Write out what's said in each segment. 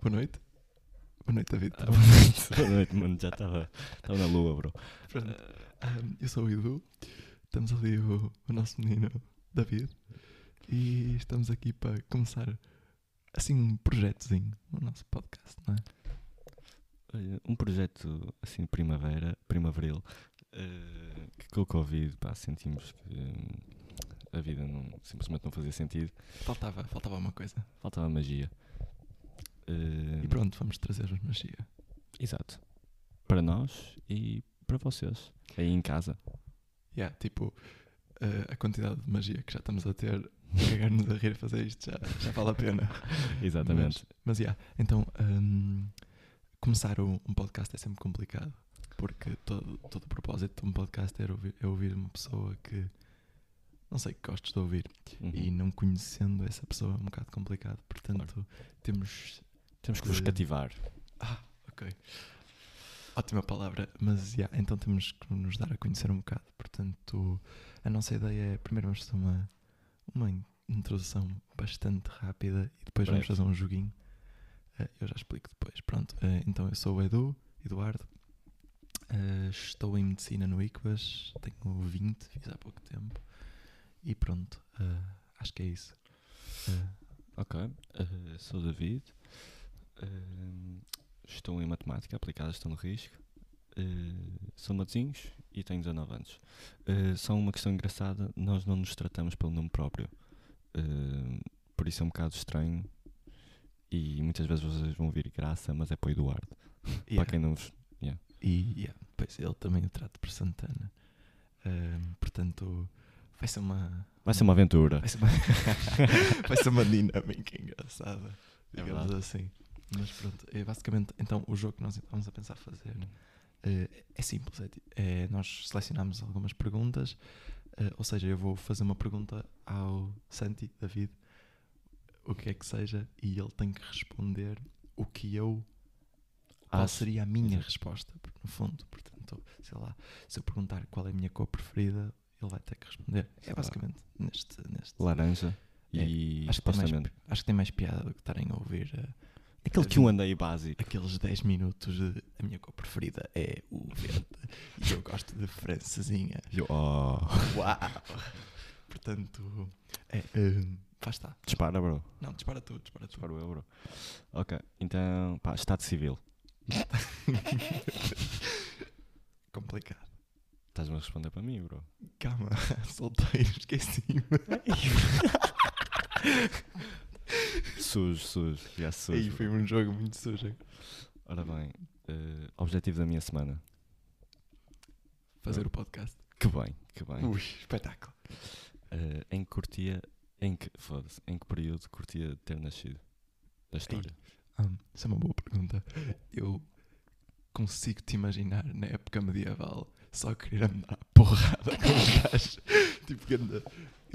Boa noite. Boa noite, David. Ah, boa noite, boa noite, mano. Já estava na lua, bro. Pronto. Ahm, eu sou o Edu. Estamos ali o, o nosso menino David. E estamos aqui para começar assim um projetozinho no nosso podcast, não é? Olha, um projeto assim de primavera, primaveril, eh, que com o Covid pá, sentimos que hum, a vida não- simplesmente não fazia sentido. Faltava, faltava uma coisa. Faltava magia. Eh, E pronto, vamos trazer a magia. Exato. Para nós e para vocês. Aí em casa. Yeah, tipo, eh, a quantidade de magia que já estamos a ter, cagar-nos a rir a fazer isto já, já vale a pena. Exatamente. Mas yeah, então hum, começar um, um podcast é sempre complicado porque todo, todo o propósito de um podcast é ouvir, é ouvir uma pessoa que não sei que gostes de ouvir Uhum. e não conhecendo essa pessoa é um bocado complicado. Portanto, temos Temos que vos de- cativar. ótima palavra, mas yeah, então temos que nos dar a conhecer um bocado. Portanto, a nossa ideia é primeiro vamos fazer uma, uma in- introdução bastante rápida e depois vamos Breve. fazer um joguinho. Eh, eu já explico depois. Pronto, eh, então eu sou o Edu, Eduardo. Eh, estou em medicina no ICBAS, tenho 20, fiz há pouco tempo. E pronto, eh, acho que é isso. Eh, Ok, eh, sou o David, eh, estou em matemática aplicada, estou no risco, eh, sou Matozinhos e tenho 19 anos. Eh, só uma questão engraçada, nós não nos tratamos pelo nome próprio, eh, por isso é um bocado estranho e muitas vezes vocês vão ouvir graça, mas é para o Eduardo, yeah. para quem não vos... E yeah, pois ele também o trata por Santana. Ahm, portanto, vai ser uma. Vai ser uma aventura. Vai ser uma, vai ser uma dinâmica engraçada, É digamos verdade. assim. Mas pronto, é basicamente, então o jogo que nós estamos a pensar fazer eh, é simples. É, ti- é, nós selecionamos algumas perguntas, eh, ou seja, eu vou fazer uma pergunta ao Santi, David, o que é que seja, e ele tem que responder o que eu qual Acho- seria a minha exato. resposta, por- no fundo. Portanto, sei lá, se eu perguntar qual é a minha cor preferida, ele vai ter que responder. É lá. basicamente neste. neste. laranja É, e acho, que tem mais, supostamente... acho que tem mais piada do que estarem a ouvir eh, Aquele que eu andei básico. aqueles 10 minutos de a minha cor preferida é o verde e eu gosto de francesinha. Eu- Oh, Uau! Portanto, é, eh, faz está. dispara, bro. Não, dispara tu, dispara tu. Para o euro. Ok, então, pá, Estado Civil. é Complicado. Estás-me a responder para mim, bro. Calma, solteiro, esqueci-me. Sujo, sujo, já sujo. Aí foi um jogo muito sujo. Ora bem, eh, objetivo da minha semana. Fazer o podcast. Que bem, que bem. Ui, espetáculo. Eh, em que curtia, em que, foda-se, em que período curtia ter nascido? Da história. Hum, isso é uma boa pergunta. Eu consigo te imaginar na época medieval só querer andar à porrada com os gajos. tipo, que anda,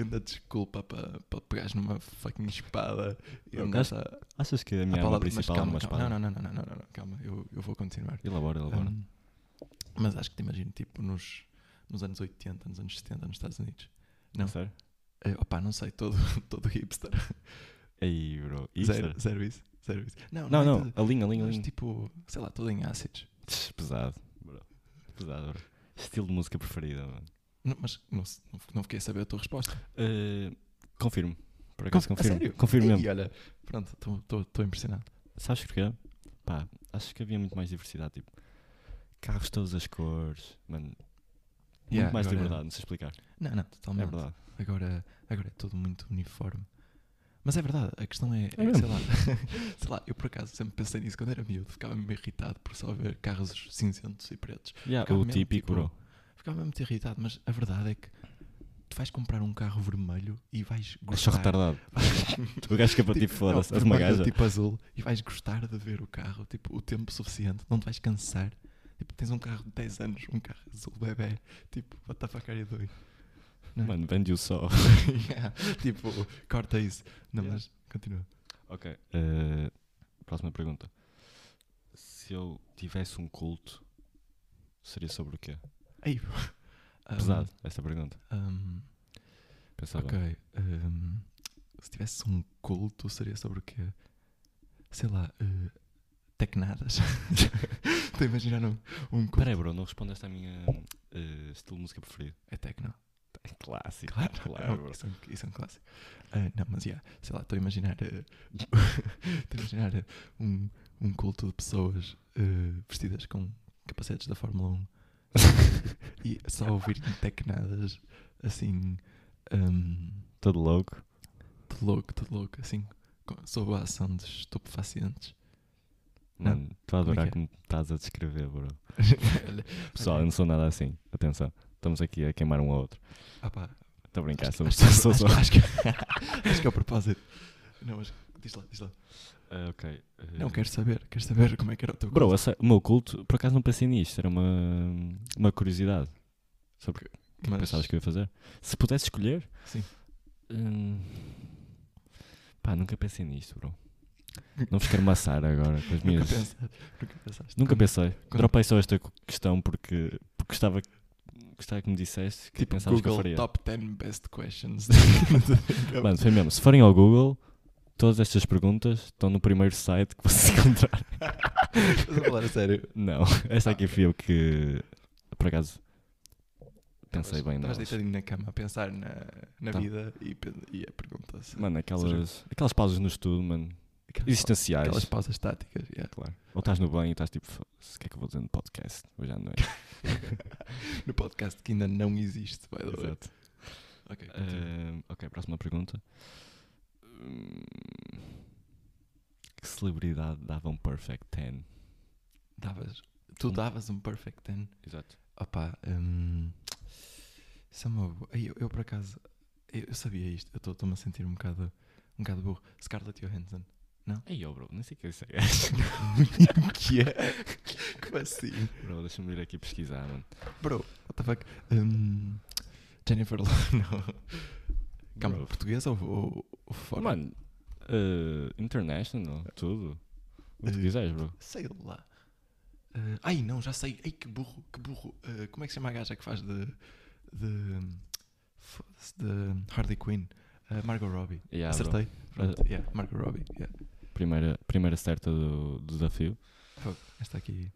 anda desculpa para para pegares numa fucking espada e Não, andares à Achas que a à minha arma paulada. principal é calma, uma calma. Não, espada? não, não, não, não, não, não, calma, eu, eu vou continuar. Elabora, elabora. Hum, mas acho que te imagino, tipo, nos, nos anos 80, nos anos 70, nos Estados Unidos. não. Sério? Eh, opa, não sei, todo, todo hipster. Aí, bro. Zero, Easter? zero isso, zero isso. Não, Não, é não, tudo- alinha, alinha, Mas, alinha. tipo, sei lá, tudo em ácidos. Tch, Pesado, bro. Pesado, bro. Estilo de música preferida, mano. Não, mas não, se- não, f- não fiquei a saber a tua resposta. Eh, confirmo. Por acaso Conf- a confirmo. sério? Confirmo mesmo. E olha, pronto, estou impressionado. Sabes porquê? Pá, acho que havia muito mais diversidade, tipo, carros de todas as cores, mano. Yeah, muito mais agora- liberdade, não sei explicar. Não, não, É totalmente. verdade. Agora, agora é tudo muito uniforme. Mas é verdade, a questão é, É sei mesmo. lá, sei lá, eu por acaso sempre pensei nisso quando era miúdo, ficava mesmo irritado por só ver carros cinzentos e pretos. Yeah, Ficava o mesmo, típico, tipo, bro. Ficava mesmo muito irritado, mas a verdade é que tu vais comprar um carro vermelho e vais Acho gostar. retardado. o gajo que é para tipo, foda-se, não, és uma vermelho, gaja. Tipo azul e vais gostar de ver o carro tipo, o tempo suficiente, não te vais cansar. Tipo, tens um carro de 10 anos, um carro azul bebê, tipo, what the fuck are you doing? não é? Mano, vende-o só. Yeah, Tipo, corta isso. Não, Yeah. mas continua. ok. eh, próxima pergunta. Se eu tivesse um culto, seria sobre o quê? Aí, um, Pesado, esta pergunta. um, Pensa bem. ok. um, se tivesse um culto, seria sobre o quê? Sei lá, eh, tecnadas. Estou a imaginar um, um cu- Peraí, bro, não respondeste à minha eh, estilo de música preferido. É tecno. É clássico, Claro, claro, é um- bro. isso, é um, isso é um clássico. Ah, não, mas já, sei lá, estou a imaginar. eh, Estou a imaginar eh, um, um culto de pessoas eh, vestidas com capacetes da Fórmula 1 e só a ouvir tecnadas assim. ahm, Todo louco. de louco, de louco, assim, com- sob a ação dos estupefacientes. Não. Mano, estou a Como é adorar que como estás a descrever, bro. Olha, Pessoal, eu não sou nada assim. Atenção. Estamos aqui a queimar um ao outro. ah pá, Estou a brincar, somos acho, só. acho, acho, que, acho que é o propósito. Não, mas diz lá, diz lá. Ah, ok. eh, Não, quero saber, quero saber como é que era o teu Bro, culto. a sé- o meu culto, por acaso não pensei nisto, era uma, uma curiosidade. Só porque Mas- pensavas que eu ia fazer. Se pudesse escolher. Sim. hum, pá, nunca pensei nisto, bro. Não vos quero maçar agora com as Nunca minhas. pensaste. Nunca pensaste. Nunca Como- pensei. quando- Dropei só esta cu- questão porque, porque gostava, que- gostava que me dissesse que Tipo, pensavas que eu Google faria. Top 10 Best Questions. Mano, foi mesmo. Se forem ao Google, todas estas perguntas estão no primeiro site que vocês encontrar. Estás a falar a sério? Ah, Não, esta aqui fui eu que, por acaso, pensei bem Estavas nelas. deitadinho na cama a pensar na, na Tá. vida e, pen- e a pergunta-se. Mano, aquelas, aquelas pausas no estudo, mano, Aquelas, existenciais. aquelas pausas táticas. yeah. Claro. Ou estás no banho e estás tipo, "Foda-se, o que é que eu vou dizer no podcast hoje à noite? No podcast que ainda não existe, by the way. Exato. Eh, Ok, continua. Ahm, ok, próxima pergunta. Hum, Que celebridade dava um Perfect 10? davas, tu um- davas um perfect 10. Exato. Opa, hum, isso é uma boa. Ei, Eu, eu, por acaso, eu, eu sabia isto. Eu estou-me a sentir um bocado, um bocado burro. Scarlett Johansson. Ei, oh, bro, nem sei o que é isso. o que é? Como assim? Bro, deixa-me ir aqui pesquisar, mano. Bro, what the fuck? Hum, Jennifer Love, não. Calma, Bro. portuguesa ou, ou, ou fora? Mano, eh, international, tudo. O que tu Eh, quiseres, bro. Sei lá. Eh, ai, não, já sei. Ai, que burro, que burro. Eh, como é que se chama a gaja que faz de. de. foda-se, de Harley Quinn? Eh, Margot Robbie. Yeah, bro. Acertei? Pronto, yeah, Margot Robbie. yeah. Primeira, primeira certa do, do desafio. Fogo, Esta aqui.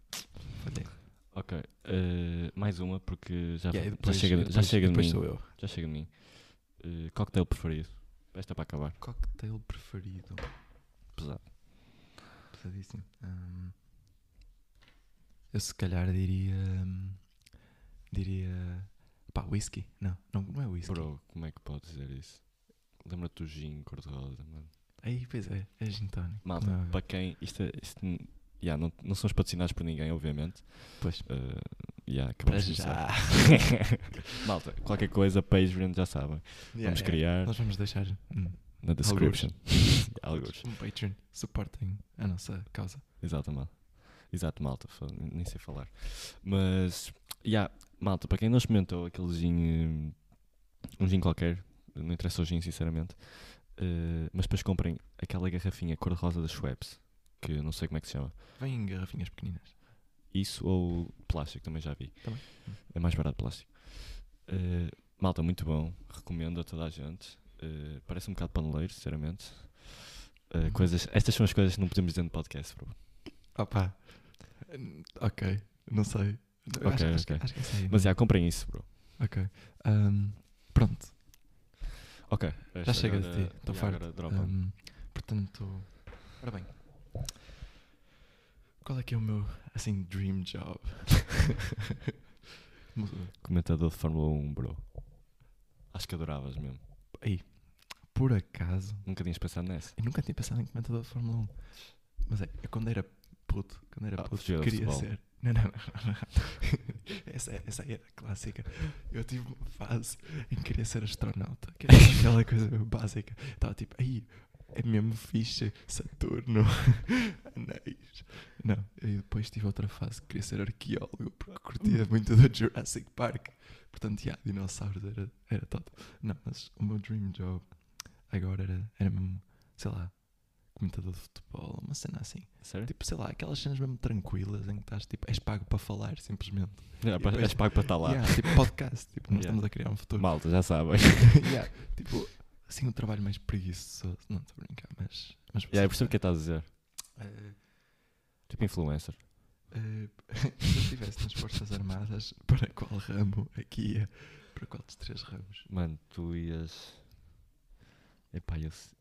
Falhei. Ok. eh, mais uma, porque já, Yeah, e já depois- chega, e de- já depois- chega e de depois mim. sou eu. Já chega de mim. Eh, cocktail preferido. Esta é para acabar. Cocktail preferido. Pesado. Pesadíssimo. Hum, eu se calhar diria. hum, diria. Pá, whisky? Não, não, não é whisky. Bro, como é que pode dizer isso? Lembra-te do gin cor-de-rosa, mano. Aí, pois é, é gin tónico. Malta, Não, para quem... Isto, é- isto n- yeah, não, não somos patrocinados por ninguém, obviamente. Pois. Eh, yeah, Para acabamos de começar. já. Malta, qualquer coisa, Patreon, já sabem. Yeah, Vamos yeah. criar Nós vamos deixar hum, na description. Alguns. um Patreon. Suportem a nossa causa. Exato, malta. Exato, malta. fa- Nem sei falar. Mas, yeah, malta, para quem não experimentou aquele gin, eh, um gin qualquer, não interessa o gin, sinceramente, eh, mas depois comprem aquela garrafinha cor-de-rosa da Schweppes, que eu não sei como é que se chama. Vêm em garrafinhas pequeninas. Isso ou plástico, também já vi. Também. É mais barato plástico. Eh, malta, muito bom. Recomendo a toda a gente. Eh, parece um bocado paneleiro, sinceramente. Eh, Uhum. coisas, estas são as coisas que não podemos dizer no podcast, bro. Opa. Hum, Ok, não sei. Eu acho, Ok, acho que- ok. acho que é isso aí. é? Mas já, comprem isso, bro. Ok. Hum, pronto. Ok. esta chega de agora- ti, tô já, farto. agora dropa. Hum, portanto, ora bem. Qual é que é o meu, assim, dream job? Comentador de Fórmula 1, bro. Acho que adoravas mesmo. Aí, por acaso, Nunca tinhas pensado nessa. eu nunca tinha pensado em comentador de Fórmula 1. Mas é, eu quando era puto, quando era Ah, puto, fugiu do queria futebol. ser. Não, não, não. não. essa, é- essa aí era clássica. Eu tive uma fase em que queria ser astronauta, que era aquela coisa básica. Estava tipo, aí, é mesmo fixe, Saturno, anéis. Não, e depois tive outra fase que queria ser arqueólogo, porque curtia muito do Jurassic Park. Portanto, já, dinossauros era, era top. Não, mas o meu dream job agora era, era mesmo, sei lá, comentador de futebol, uma cena assim. Sério? Tipo, sei lá, aquelas cenas mesmo tranquilas em que estás tipo, és pago para falar simplesmente. É, e depois- és pago para estar lá. Yeah, tipo podcast, tipo, nós Yeah. estamos a criar um futuro. Malta, já sabem. Yeah, tipo, assim, um trabalho mais preguiçoso. Não estou a brincar, mas. mas Já, eu percebo o que é que estás a dizer. Eh, Tipo influencer. Eh, se eu estivesse nas Forças Armadas, para qual ramo aqui ia? Para qual dos três ramos? Mano, tu ias. Epá, eu. se-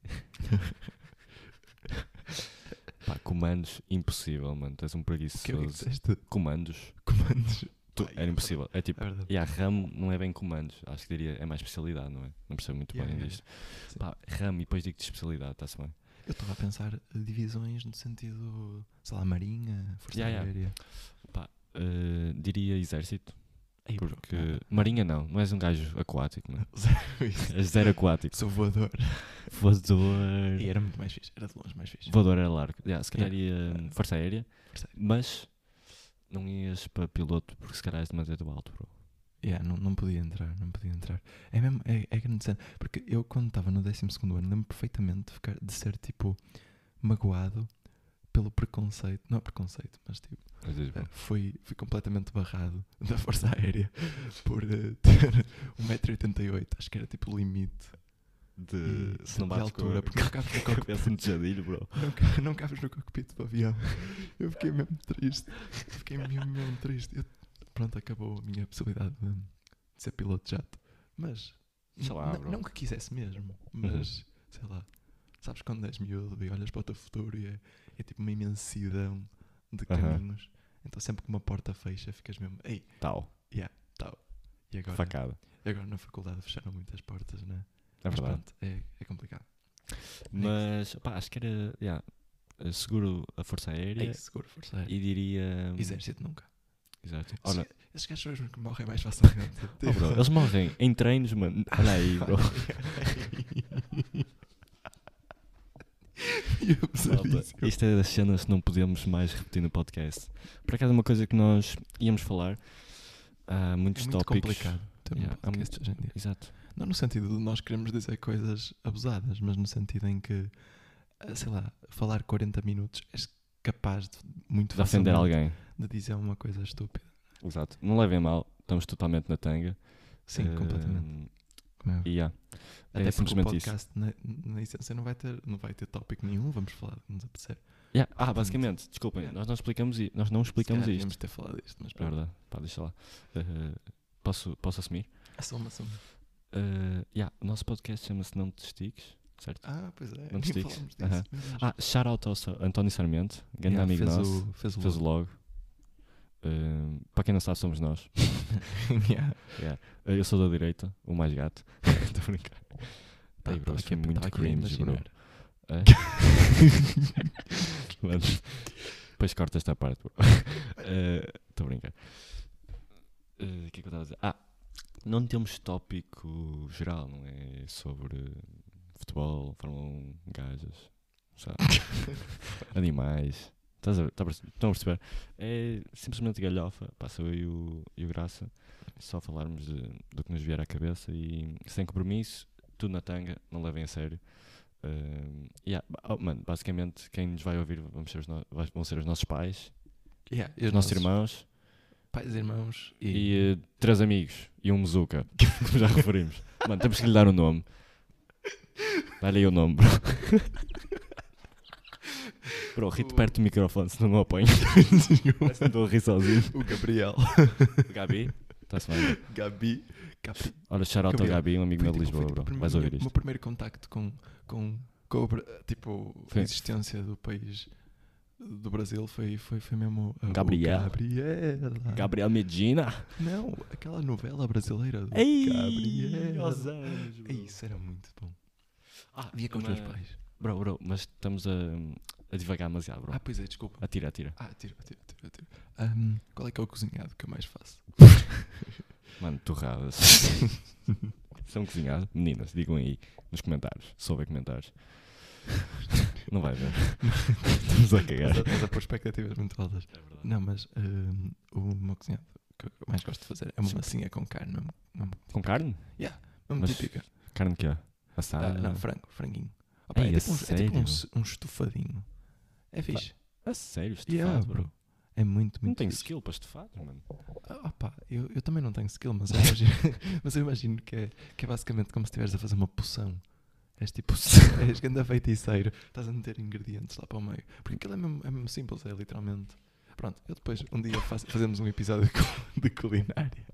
Pá, comandos, impossível, mano. Tu és um O que é que preguiçoso. disseste? Comandos. Comandos. Tu- Pá, era impossível. É É tipo. verdade. E a ramo não é bem comandos. Acho que diria. É mais especialidade, não é? Não percebo muito Yeah, bem yeah, disto. Sim. Pá, ramo e depois digo-te especialidade, está-se bem? Eu estava a pensar eh, divisões no sentido, sei lá, Marinha, Força Yeah, yeah. Aérea. Pá, eh, diria exército. Ei, bro, Porque. nada. Marinha não, não és um gajo aquático, mano. Isso. És zero aquático. Sou voador. Voador. E era muito mais fixe, era de longe mais fixe. Voador era largo. Yeah, se calhar ia Yeah. eh, Força Aérea. Força Aérea. Mas não ias para piloto porque se calhar és demasiado alto, bro. Yeah, não, não podia entrar, não podia entrar. É mesmo, é, é grande cena. Porque eu, quando estava no 12 ano, lembro perfeitamente de, ficar, de ser, tipo, magoado pelo preconceito. Não é preconceito, mas, tipo, eh, fui, fui completamente barrado da Força Aérea por eh, ter 1,88m. Acho que era, tipo, o limite De, e de altura. Porque não cabes, no cockpit, Cabeça no jadilho, bro. não, ca- não cabes no cockpit do avião. Eu fiquei mesmo triste. Fiquei mesmo, mesmo triste. Eu- pronto, acabou a minha possibilidade de, de ser piloto de jato. Mas Sei lá, N- bro. Uhum. Não que quisesse mesmo, mas sei lá. Sabes quando és miúdo e olhas para o teu futuro e é, é tipo uma imensidão de Aham. caminhos. Então sempre que uma porta fecha, ficas mesmo, ei, Tal. e agora? Facada. E agora na faculdade fecharam muitas portas, né? É Mas verdade. pronto, é, é complicado. Mas, pá, acho que era. yeah, eh, seguro a Força É Aérea isso, seguro, força aérea. e diria. hum, Exército nunca. Exato. Se- Olha, esses gajos são os que morrem mais facilmente. oh, bro, eles morrem em treinos, mano. Olha aí, bro. Eu sabia Malta, isso. isto é das cenas que não podemos mais repetir no podcast. Por acaso, uma coisa que nós íamos falar. Há muitos É muito tópicos. complicado. ter um Yeah, há podcast muito- hoje em dia. Exato. Não no sentido de nós queremos dizer coisas abusadas, mas no sentido em que, ah, sei lá, falar 40 minutos és capaz de muito De ofender facilmente alguém. de dizer uma coisa estúpida. Exato. Não levem mal, estamos totalmente na tanga. Sim, Eh, completamente. como é óbvio. E há. Até porque simplesmente o isso. podcast na, na essência não vai, ter, não vai ter tópico nenhum, vamos falar do que nos apetecer. Yeah, Ah, basicamente, desculpem, Yeah. nós não explicamos, i- nós não explicamos isto. Podemos ter falado disto, mas É verdade, pá, deixa lá. Eh, posso, posso assumir? Assuma, assuma. Eh, yeah, o nosso podcast chama-se Não Te Estiques, certo? Ah, pois é. Não te nem estiques. falámos disso. Aham. meu Deus. Ah, shout out ao Sa- António Sarmento, grande Yeah, amigo fez nosso. O, fez o fez o logo. Eh, para quem não sabe, somos nós. logo. Yeah. Yeah. Eh, Eu sou da direita, o mais gato. Estou a brincar. Tá, Ei, bro, tá isto aqui a- foi é muito tá aqui a cringe, bro. imaginar. É? Mano, depois corta esta parte, bro. Estou a brincar. Eh, O que é que eu estava a dizer? Ah, não temos tópico geral, não é? Sobre futebol, Fórmula 1, gajas, sabe? animais. Estás a ver? Tá a perce- Estão a perceber? É simplesmente galhofa. Passa eu e o, e o Graça. Só falarmos de- do que nos vier à cabeça e sem compromisso, tudo na tanga, não levem a sério. Ahm, yeah, ba- oh, mano, basicamente, quem nos vai ouvir vamos ser os no- vai- vão ser os nossos pais, Yeah, e os nossos irmãos Pais, irmãos e. e, eh, três amigos e um Muzuka, como já referimos. mano, temos que lhe dar um nome. Dá-lhe aí o nome, bro. bro, ri-te perto do microfone, senão não apanho. Parece que Estou a rir sozinho. o Gabriel. Gabi, está-se bem. bro. Gabi. Capri. Ora, shout out ao Gabriel, Gabi, um amigo meu de Foi, tipo, Lisboa, foi, tipo, bro. o meu- Vais ouvir O isto. meu primeiro contacto com, com, com o Bra- tipo, Foi. a existência do país do Brasil foi, foi, foi mesmo. ah, o Gabriel. Gabriela. Gabriel Medina. Não, aquela novela brasileira do Ei, Gabriel. aos anos, bro. Ei, É Isso era muito bom. Ah, Via com os mas- meus pais. Bro, bro, mas estamos a, a divagar demasiado, bro. Ah, pois é, desculpa. Atira, atira. Ah, tiro, tiro, tiro, tiro. Ahm, qual é que é o cozinhado que eu mais faço? Mano, torradas. São cozinhadas? Meninas, digam aí nos comentários. Se houver comentários. Não vai ver. Estamos a cagar. Estás a- Estás a pôr expectativas muito altas. Não, mas ahm, o meu cozinhado que eu mais gosto de fazer é uma massinha com carne, mesmo, mesmo, Com carne? mesmo Mas- típica. Carne que é? Ah, Assada? não, frango, franguinho. Opa, Ei, é a tipo, um, é tipo um, sério? se- um estufadinho. É fixe. A sério, estufado, Yeah, bro. bro. É muito, muito Não tenho fixe. skill para estufados, mano. Ah, Opa, eu, eu também não tenho skill, mas eu imagino, mas eu imagino que, é, que é basicamente como se estivesse a fazer uma poção. És tipo, és ganda feiticeiro, estás a meter ingredientes lá para o meio. Porque aquilo é mesmo, é mesmo simples, é literalmente. Pronto, eu depois, um dia faço- fazemos um episódio de cul- de culinária.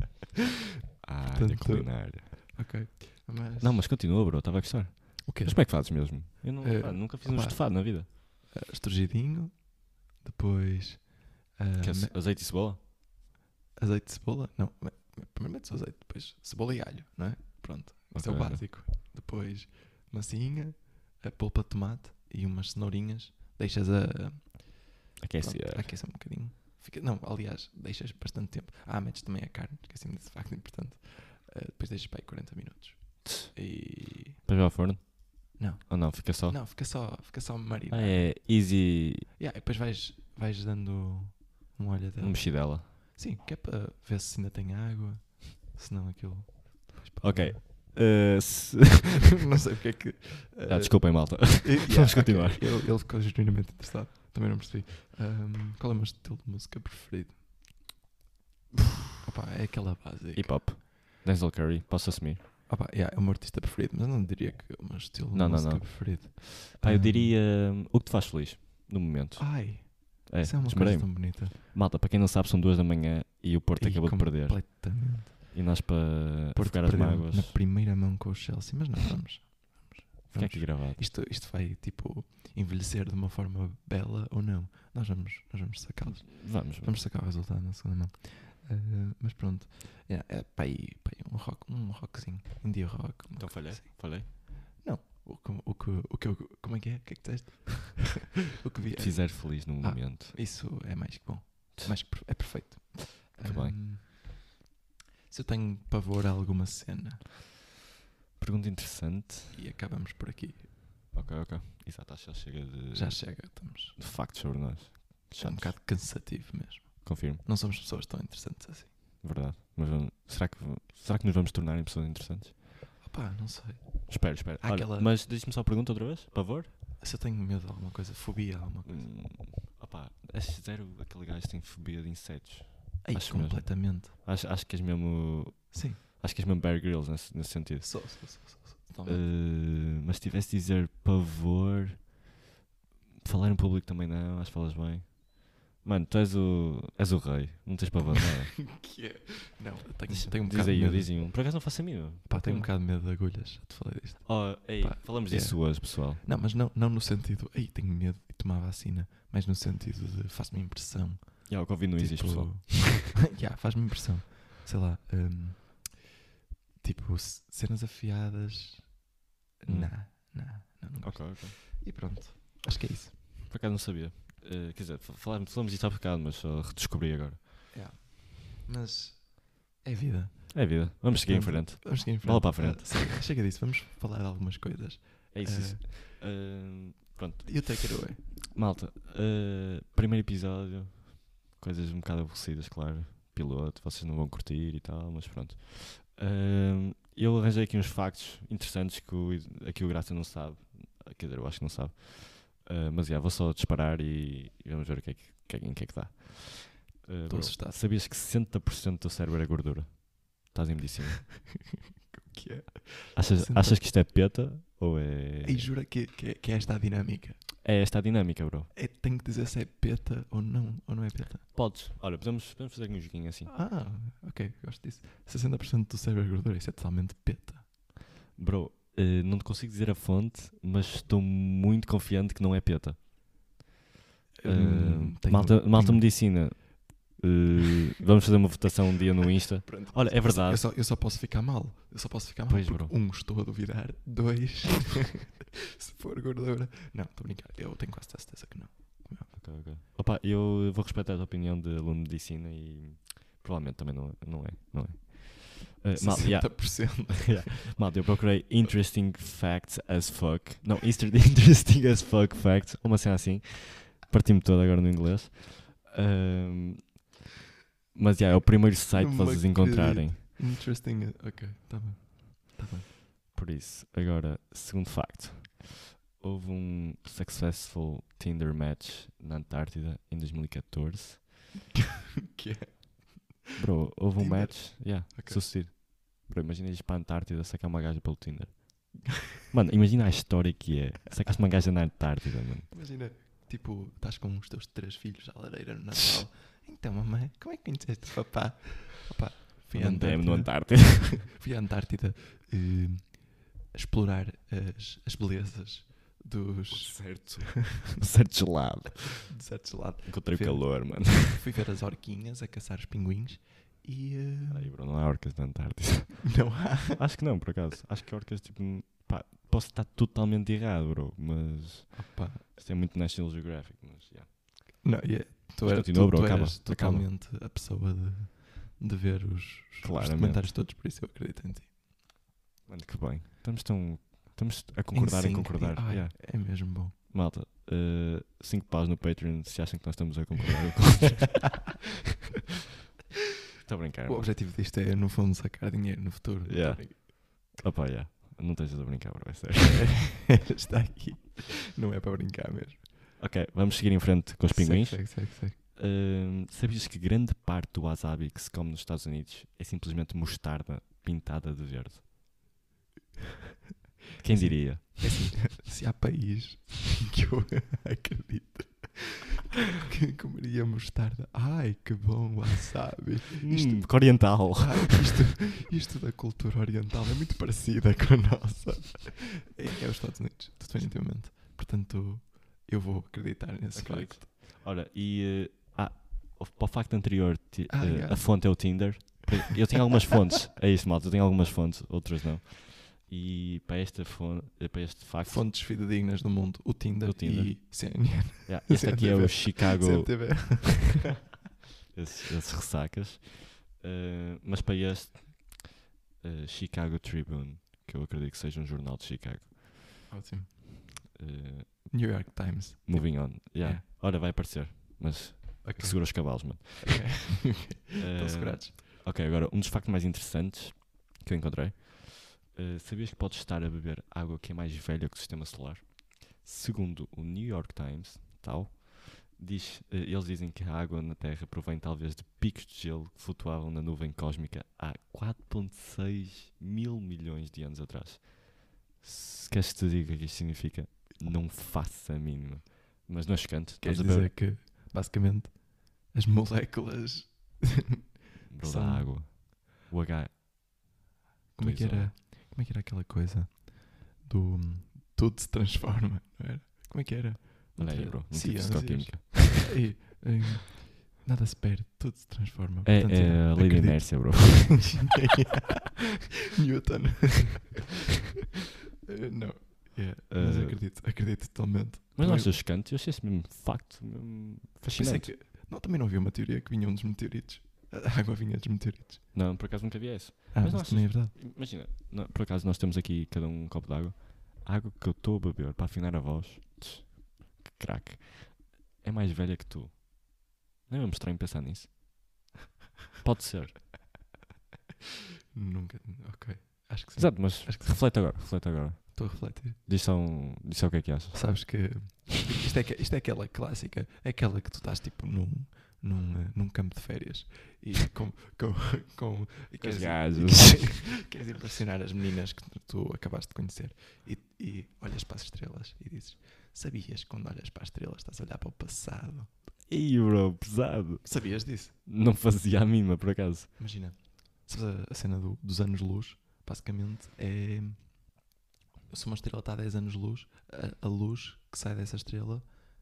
Ah, Portanto, culinária. Ok. Mas. Não, mas continua, bro, estava a gostar. o quê? Mas como é que fazes mesmo? Eu não- Eh, pá, nunca fiz um pá. estofado na vida. Ah, Estrogidinho, depois. ah, Que é me- azeite e cebola? Azeite de cebola? Não, me- me- primeiro metes o azeite, depois cebola e alho, não é? Pronto, isso é o Ok. básico. Depois massinha, a polpa de tomate e umas cenourinhas. Deixas a, Aquece. é. Pronto, aquece um bocadinho. Fica, não, aliás, deixas bastante tempo. Ah, metes também a carne, esqueci-me desse facto importante. Ah, depois deixas para aí 40 minutos. E. Depois vai ao forno? Não. Ou não, fica só? Não, fica só, fica só marido. Ah, é easy Yeah, e depois vais, vais dando um olho até. um mexidela. Sim, que é para ver se ainda tem água. Se não, aquilo. depois para- Ok. Eh, se- não sei porque é que. Ah, ah, desculpem, malta. e- Vamos yeah, ok. continuar. Ele, ele ficou genuinamente interessado. Também não percebi. Ahm, qual é o meu estilo de música preferido? Opa, é aquela base. Hip hop. Denzel Curry, posso assumir? Opa, yeah, é o meu artista preferido, mas eu não diria que é o meu estilo de Não, não, música não. preferido. Pá, eu Ahm, diria hum, o que te faz feliz no momento. Ai, é, isso é uma coisa desmarei-me. tão bonita. Malta, para quem não sabe, são duas da manhã e o Porto Ih, acabou de perder. Completamente. E nós para Porto ficar as perdeu mágoas. na primeira mão com o Chelsea, mas não vamos. Fica aqui gravado. Isto, isto vai, tipo, envelhecer de uma forma bela ou não. Nós vamos, nós vamos sacá-los. Vamos, vamos. Vamos sacar o resultado na segunda mão. Ah, mas pronto, é, é para aí, pá, aí um rock, um rockzinho, um dia rock. uma Então coisa falhei. assim. Falhei. O, que- o, que- o, que eu- como é que é? O que é que disseste? o que vi. Te Fizer feliz no Ah. momento. Isso é mais que bom. Mais que per- é perfeito. Muito bem. Ahm, se eu tenho pavor a alguma cena Pergunta interessante. e acabamos por aqui, Ok, ok. Exato, acho que já chega de, já chega. Estamos de factos sobre nós. já é um Chatos. bocado cansativo mesmo. Confirmo, Não somos pessoas tão interessantes assim. verdade. Mas vamos- será, que, será que nos vamos tornar em pessoas interessantes? Opá, não sei. Espero, espero. Olha, Aquela- Mas diz-me só a pergunta outra vez, por favor. Se eu tenho medo de alguma coisa, fobia a alguma coisa. Hum, opá, acho zero aquele gajo que tem fobia de insetos. Ai, Hum, acho mesmo. completamente. Acho, acho que és mesmo. Sim, Acho que és mesmo Bear Grylls nesse, nesse sentido. sou, sou, sou, sou, sou. Totalmente. Eh, mas se tivesse de dizer pavor, falar em público também não, acho que falas bem. Mano, tu és o, és o rei, não tens pavor nada. Que é? Não, eu tenho, Diz- tenho um diz bocado aí, de medo. dizem um. Por acaso não faço a mínima. Pá, tenho um bocado de medo de agulhas, já te falei disto. Oh, ei, Pá, falamos é. disso hoje, pessoal. Não, mas não, não no sentido, ei, tenho medo de tomar vacina, mas no sentido de faz-me impressão. Tipo, Já, o Covid não existe, pessoal. yeah, faz-me impressão. Sei lá, hum, tipo, c- cenas afiadas. Hum. Nah, nah, não, não gosto. Ok, ok. E pronto, acho que é isso. Por acaso não sabia. Eh, quer dizer, fa- falámos, falamos disto há bocado, mas só redescobri agora. Mas é vida. É vida. Vamos seguir em Portanto, frente. Vamos seguir em frente. Bola para a frente. Ah, sim, chega disso, vamos falar de algumas coisas. É isso, Ah, isso. Eh, pronto. E o take it away? Malta, eh, primeiro episódio. Coisas um bocado aborrecidas, claro. Piloto, vocês não vão curtir e tal, mas pronto. Eh, eu arranjei aqui uns factos interessantes que o, aqui o Graça não sabe. ah, Quer dizer, eu acho que não sabe. Eh, mas já, vou só disparar e, e vamos ver o que é que, que é que- em que é que dá. Eh, Estou bro, assustado. Sabias que 60% do teu cérebro é gordura? Estás em medicina. Que é? Achas, 60%. achas que isto é peta ou é. E jura que, que, é- que é esta a dinâmica. É esta a dinâmica, bro. É, tenho que dizer se é peta ou não, ou não é peta. Podes. Olha, podemos, podemos fazer aqui um joguinho assim. Ah, ok, gosto disso. 60% do cérebro é gordura, isso é totalmente peta. Bro, eh, não te consigo dizer a fonte, mas estou muito confiante que não é peta. Eh, Hum, tenho- malta, malta tenho- medicina. eh, vamos fazer uma votação um dia no Insta. Pronto. Olha, é verdade. Eu só, eu só posso ficar mal. Eu só posso ficar mal. Pois, porque, bro. um, estou a duvidar. Dois, se for gordura. Não, estou a brincar. Eu tenho quase certeza que não. Ok, ok. Opa, eu vou respeitar a tua opinião de aluno de medicina e provavelmente também não, não é. Não é. Eh, mal- yeah. 60%. Yeah. Malta, eu procurei interesting facts as fuck. Não, inter- interesting as fuck facts. Uma cena assim. Parti-me todo agora no inglês. Ahm, mas yeah, é o primeiro site que Não me vocês encontrarem. Interesting. Ok, tá bem. Tá bem. Por isso, agora, segundo facto. Houve um successful Tinder match na Antártida em 2014. Que é? Bro, houve um Tinder? match. Yeah, Ok. sucedido. Bro, imagina ir para a Antártida sacar uma gaja pelo Tinder. Mano, imagina a história que é. Sacaste uma gaja na Antártida, mano. Imagina, tipo, estás com os teus três filhos à lareira no Natal. Então, mamãe, como é que conheceste o papá? Opa, fui à Andei-me é no Antártida. Antártida. Fui à Antártida eh, explorar as, as belezas dos Certo. certo gelado. desertos gelados. Encontrei o Fio. calor, mano. Fui ver as orquinhas a caçar os pinguins e. eh, Aí, Bruno, não há orcas na Antártida. não há. Acho que não, por acaso. Acho que orcas, tipo. Pá, posso estar totalmente errado, bro. Mas. Opa, Isto é muito National Geographic, mas. Yeah. Não, e é, tu, Mas era, continua, tu, bro, tu acaba, eras acaba. totalmente a pessoa de, de ver os, os Claramente. documentários todos, por isso eu acredito em ti. Mano, que bem. Estamos tão. Estamos a concordar em, sync, concordar. ai, Yeah. É mesmo bom. Malta, 5 paus no Patreon se acham que nós estamos a concordar. Estou a brincar. O mano. objetivo disto é, no fundo, sacar dinheiro no futuro. Yeah. Opa, yeah. Não estejas a brincar, bro. É sério. Está aqui. Não é para brincar mesmo. ok, vamos seguir em frente com os pinguins. Segue, segue, segue, segue. Hum, sabias que grande parte do wasabi que se come nos Estados Unidos é simplesmente mostarda pintada de verde? Quem diria? É assim, se há país que eu acredito que comeria mostarda. Ai, que bom wasabi. Isto- Hum, que oriental. Ai, isto, isto da cultura oriental é muito parecida com a nossa. É, é os Estados Unidos, definitivamente. Portanto, eu vou acreditar nesse Acredito. facto. Ora, e eh, ah, o- para o facto anterior, ti- Ah, eh, yeah. a fonte é o Tinder. Pois, Eu tenho algumas fontes, é isso, malta. Eu tenho algumas fontes, outras não. E para, esta fonte, para este facto, Fontes fidedignas do mundo, o Tinder, O Tinder. e CNN. yeah, este aqui é o CMTV. Chicago, CMTV. esses, esses ressacas. Eh, mas para este, eh, Chicago Tribune, que eu acredito que seja um jornal de Chicago. Ótimo. Eh, New York Times. moving on. Yeah. Yeah. Ora, vai aparecer, mas Ok. segura os cavalos, mano. Ok. Estão Eh, segurados. Ok, agora um dos factos mais interessantes que eu encontrei. Eh, sabias que podes estar a beber água que é mais velha que o sistema solar? Segundo o New York Times, tal, diz, eh, eles dizem que a água na Terra provém talvez de picos de gelo que flutuavam na nuvem cósmica há 4,6 mil milhões de anos atrás. Se queres que te diga o que isto significa, não faça a mínima. Mas não é chocante. Queres Estamos a beber dizer que, basicamente, as moléculas. bro, da são- água. O H. Como é que Pois é. era? Como é que era aquela coisa do hum, tudo se transforma, não era? Como é que era? Olha aí, Outra- bro. um tipo Não Sim, tive é, psicoquímica. E, hum, nada se perde, tudo se transforma. É, Portanto, é a lei da acredito. inércia, bro. Newton. Eh, não. Yeah, mas Eh, acredito, acredito totalmente. Mas não Também- achas chocante? Eu achei esse mesmo facto mesmo pensei fascinante. é que, não, também não havia uma teoria que vinham dos meteoritos. A água vinha dos meteoritos. Não, por acaso nunca vi esse. Ah, mas, Mas não achas- também é verdade. Imagina, não, por acaso nós temos aqui cada um um copo de água. A água que eu estou a beber para afinar a voz, tch, que craque, é mais velha que tu. Não é mesmo estranho pensar nisso? Pode ser. Nunca. Ok. Acho que sim. Exato, mas Acho que sim. reflete agora, reflete agora. Estou a refletir. Diz só, um, diz só o que é que achas. Sabes que isto é, que- isto é aquela clássica, é aquela que tu estás tipo num, num, eh, num campo de férias e com, com, com, e Com queres, as gajas. queres- queres impressionar as meninas que tu acabaste de conhecer e, e olhas para as estrelas e dizes Sabias que quando olhas para as estrelas estás a olhar para o passado? Ih, bro, pesado. Sabias disso? Não fazia a mínima, por acaso. Imagina, sabes a, a cena do- dos anos-luz, basicamente é se uma estrela está a 10 anos-luz, a, a luz que sai dessa estrela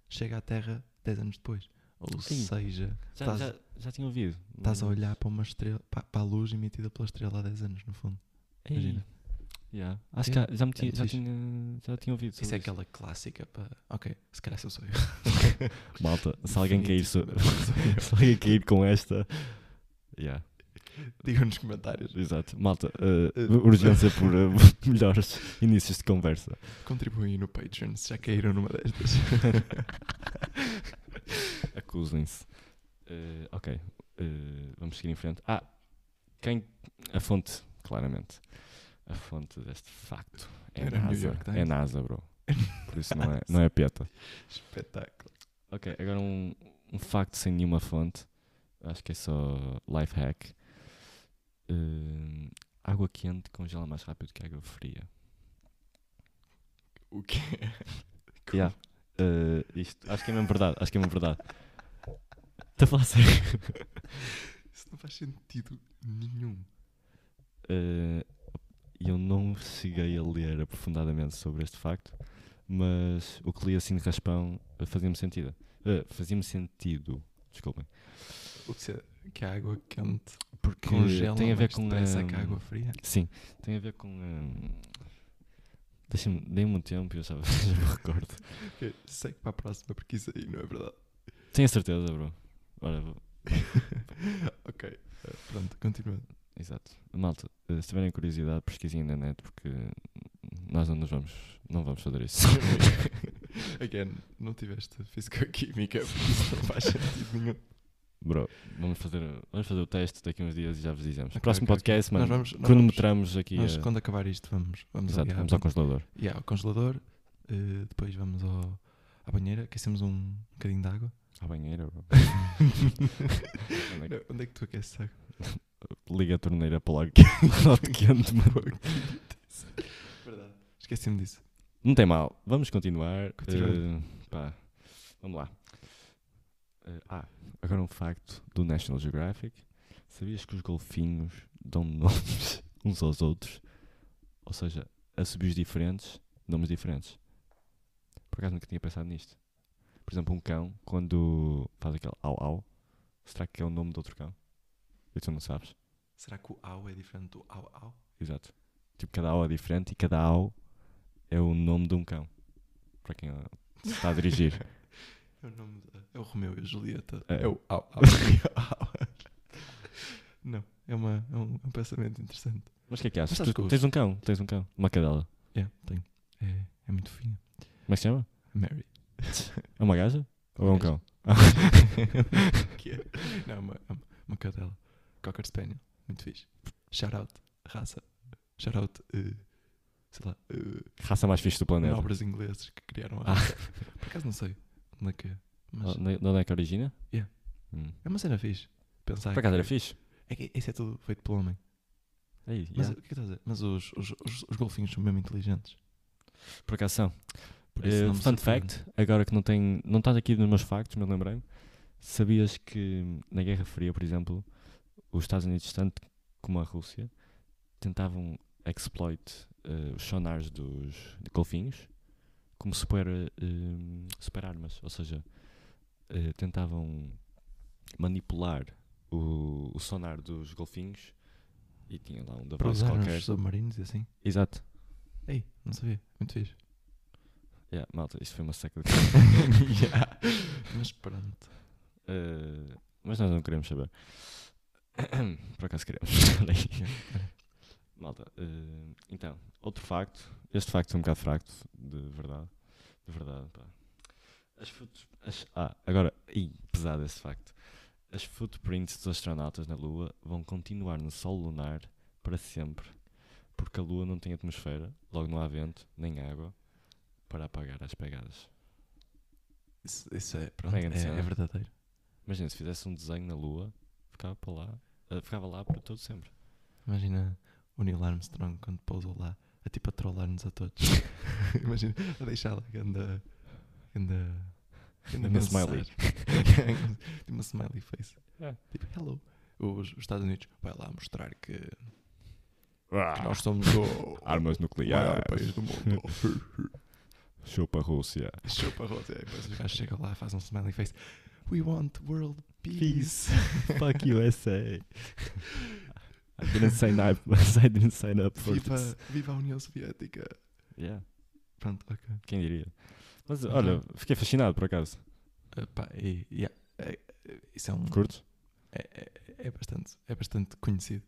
chega à Terra 10 anos depois. Ou Sim. seja, Já, Tás- já, já tinha ouvido. estás a olhar para uma estrela, pa- para, a luz emitida pela estrela há 10 anos, no fundo. Ei. Imagina. Yeah. Acho Yeah. que já, já, me É tinha, já, fixe. tinha, já tinha ouvido. Isso sobre é aquela clássica para. Ok, se calhar sou eu. Malta, se alguém cair, so- Definitivamente se alguém cair com esta. Yeah, Digam nos comentários. exato. Malta, uh, Eh, urgência por uh, melhores inícios de conversa. Contribuem no Patreon se já caíram numa destas. Acusem-se. Eh, ok, eh, vamos seguir em frente. Ah, quem. A fonte, claramente. A fonte deste facto é Era o New NASA. York Times. É NASA, bro. Por isso não é, não é peta. Espetáculo. Ok, agora um, um facto sem nenhuma fonte. Acho que é só life hack. Eh, Hum, água quente congela mais rápido que água fria. O quê? Yeah. Eh, isto, acho que é mesmo verdade, acho que é mesmo verdade. Estou a falar sério. Isso não faz sentido nenhum. Eh, eu não cheguei a ler aprofundadamente sobre este facto, mas o que li assim de raspão eh, fazia-me sentido. Eh, fazia-me sentido, desculpem. O que, se- que a água quente Porque congela tem a ver mais com depressa a- que a água fria? Sim, tem a ver com. hum, Deixa-me, dê-me um tempo e eu já, já me recordo. Ok, Segue para a próxima, porque isso aí não é verdade. Tenho certeza, bro. Ora, vou- ok, eh, pronto, continuando. exato. Malta, eh, se tiverem curiosidade, pesquisem na net, porque nós não nos vamos, não vamos fazer isso. Again, não tiveste físico-química, por isso não faz sentido nenhum. Bro, vamos fazer, vamos fazer o teste daqui a uns dias e já vos dizemos. Ok, Próximo ok, ok. podcast, Nós mano. vamos, nós vamos- Cronometramos aqui. nós, a- quando acabar isto, vamos, vamos, Exato, ali à vamos ao ban- congelador. yeah, ao congelador, eh, depois vamos ao, à banheira, aquecemos um bocadinho de água. À banheira, bro. Não, Onde é que tu aqueces água? Liga a torneira para logo que quente, mano. Verdade. Esqueci-me disso. Não tem mal. Vamos continuar. Continua. Eh, pá, Vamos lá. Eh, ah, agora um facto do National Geographic. Sabias que os golfinhos dão nomes uns aos outros? Ou seja, a subios diferentes, nomes diferentes. Por acaso nunca tinha pensado nisto. Por exemplo, um cão, quando faz aquele au-au, será que é o nome do outro cão? E tu não sabes. Será que o au é diferente do au au? Exato. Tipo, cada au é diferente e cada au é o nome de um cão. Para quem ah, se está a dirigir. É o nome da- É o Romeu e a Julieta. É. É, o au au. Não, é, uma, é um, é um pensamento interessante. Mas o que é que achas? sabes Tu- que eu- tens um cão, tens um cão, uma cadela. É, tenho. É, é muito fina. Como é que se chama? Mary. É uma gaja? Ou é um Gaja. cão? que é? Não, é uma, é uma- uma cadela. Cocker Spaniel. Muito fixe. Shout out, raça. Shout out, eh, sei lá, eh, Raça mais fixe do planeta. nobres ingleses que criaram a Ah. raça. Por acaso não sei onde é que é. Mas Oh, De de onde é que origina? Yeah. Hum. é uma cena fixe. Pensar Por acaso que- era fixe? É que isso é tudo feito pelo homem. Aí, Mas yeah. o que é que estás a dizer? Mas os, os, os, os golfinhos são mesmo inteligentes. Por acaso são. Por isso Eh, não me fun surpreende. fact, agora que não tem, não estás aqui nos meus factos, mas lembrei-me. Sabias que hum, na Guerra Fria, por exemplo, os Estados Unidos, tanto como a Rússia, tentavam exploit eh, os sonares dos de golfinhos como super, eh, hum, super armas, ou seja, eh, tentavam manipular o, o sonar dos golfinhos e tinha lá um Para device usar qualquer. nos submarinos e assim. Exato. Ei, não sabia. Muito fixe. Yeah, malta, isto foi uma seca de Yeah. Mas pronto. Uh, mas nós não queremos saber. Por acaso queremos. Malta, uh, então, outro facto. Este facto é um bocado fracto, de verdade. De verdade, pá. As foot- as- ah, agora, ih, pesado esse facto. As footprints dos astronautas na Lua vão continuar no solo lunar para sempre, porque a Lua não tem atmosfera, logo não há vento, nem água, para apagar as pegadas. Isso, isso é, pronto, Bem, é, é é. verdadeiro. Imagina, se fizesse um desenho na Lua, ficava para lá, eh, ficava lá para todo sempre. Imagina o Neil Armstrong quando pousou lá, a tipo a trollar-nos a todos. Imagina, a deixar lá ganda. ganda. ganda Uma smiley. mensagem. Tipo uma smiley face. É. Tipo, hello. Os, os Estados Unidos vai lá mostrar que, que Ah, nós somos o armas o maior país nucleares. do mundo. Chupa a Rússia. Chupa rosa. E depois os gajos chegam lá, fazem um smiley face. We want world peace. Fuck USA. I didn't sign up, I didn't sign up for Viva, this. viva a União Soviética. Yeah, Pronto, ok. quem diria? Mas Mas olha, fiquei fascinado por acaso. Eh, pá, e, yeah, eh, eh, isso é um. Curto? É, é, é, bastante, é bastante conhecido.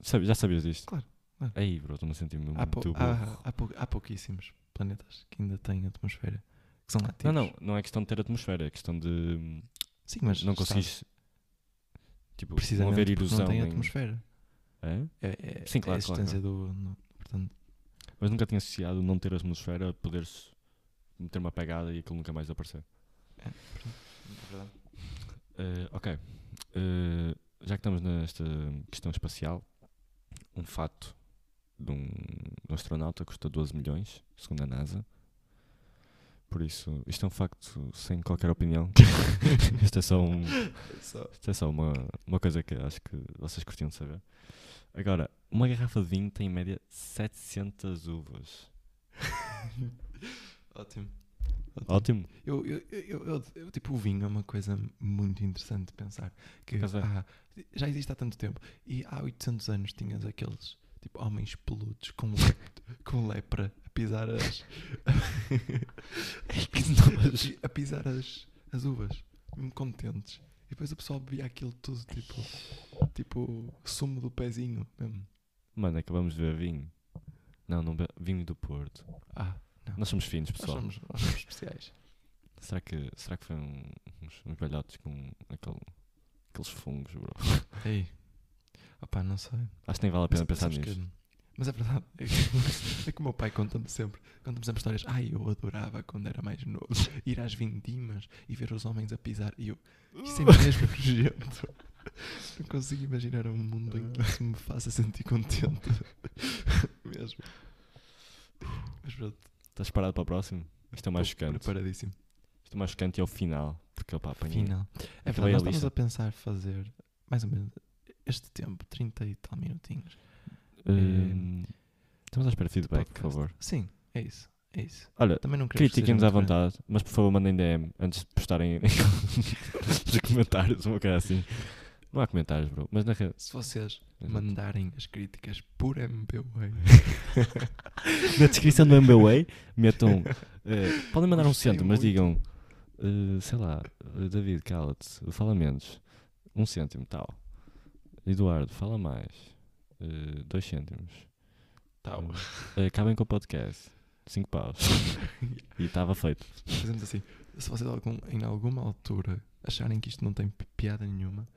Sabe- já sabias disto? Claro, claro. Ah, Aí, bro, estou-me a sentir é muito Há, pou- burro. há, há, pou- há pouquíssimos planetas que ainda têm atmosfera que são ativos. Não, não, não é questão de ter atmosfera, é questão de hum, Sim, mas não está- conseguires. Tipo, não precisamente haver porque ilusão. Não tem em- atmosfera. Hã? É, é, Sim, claro, é a claro, existência do. no- portanto, Mas nunca tinha associado não ter atmosfera a poder-se meter uma pegada e aquilo nunca mais aparecer. é, portanto, é verdade. Eh, ok. Eh, já que estamos nesta questão espacial, um fato de um, de um astronauta custa 12 milhões, segundo a NASA. Por isso, isto é um facto sem qualquer opinião. isto é só, um, Só. isto é só uma, uma coisa que acho que vocês curtiam de saber. Agora, uma garrafa de vinho tem em média 700 uvas. Ótimo. Ótimo. Eu, eu, eu, eu- eu, tipo, o vinho é uma coisa muito interessante de pensar. Que Pois é. há- já existe há tanto tempo. E há 800 anos tinhas aqueles tipo, homens peludos com, le- com lepra a pisar as. a pisar as, as uvas. Mesmo contentes. E depois o pessoal bebia aquilo tudo, tipo, tipo sumo do pezinho mesmo. Mano, acabamos de ver vinho. Não, não be- vinho do Porto. Ah, Nós somos finos, nós pessoal. somos, nós somos especiais. Será que, será que foi um, uns, uns galhotes com aquele- aqueles fungos, bro? Ei. Opá, não sei. Acho que nem vale a pena Mas- pensar sabes que- nisso. mas é verdade. É que, é que o meu pai conta-me sempre, conta-me sempre histórias. Ai, eu adorava quando era mais novo ir às vindimas e ver os homens a pisar. E eu, isso é mesmo urgente. Não consigo imaginar um mundo em que isso me faça sentir contente. mesmo. Mas pronto, Estás parado para o próximo? Isto é o mais estou chocante. preparadíssimo. Isto é o mais chocante e é o final. Porque, opá, apanhei. Final. É Acabei verdade, a nós estamos lista. a pensar fazer mais ou menos este tempo, 30 e tal minutinhos. Hum, estamos à espera de feedback, por É. podcast. favor. Sim, é isso. É isso. Olha, Também não queremos que seja critiquem-nos à muito grande. vontade, mas por favor mandem DM antes de postarem nos comentários, uma coisa assim. Não há comentários, bro. Mas na rede. Se vocês Exato. mandarem as críticas por MBWay, Na descrição do MBWay, metam. eh, podem mandar um Gostei cêntimo, mas muito. digam. eh, sei lá, eh, David, cala-te, fala menos. Um cêntimo, tal. Eduardo, fala mais. Eh, dois cêntimos. tal. Eh, acabem com o podcast. Cinco paus. e estava feito. Fazemos assim. Se vocês algum- em alguma altura acharem que isto não tem pi- piada nenhuma,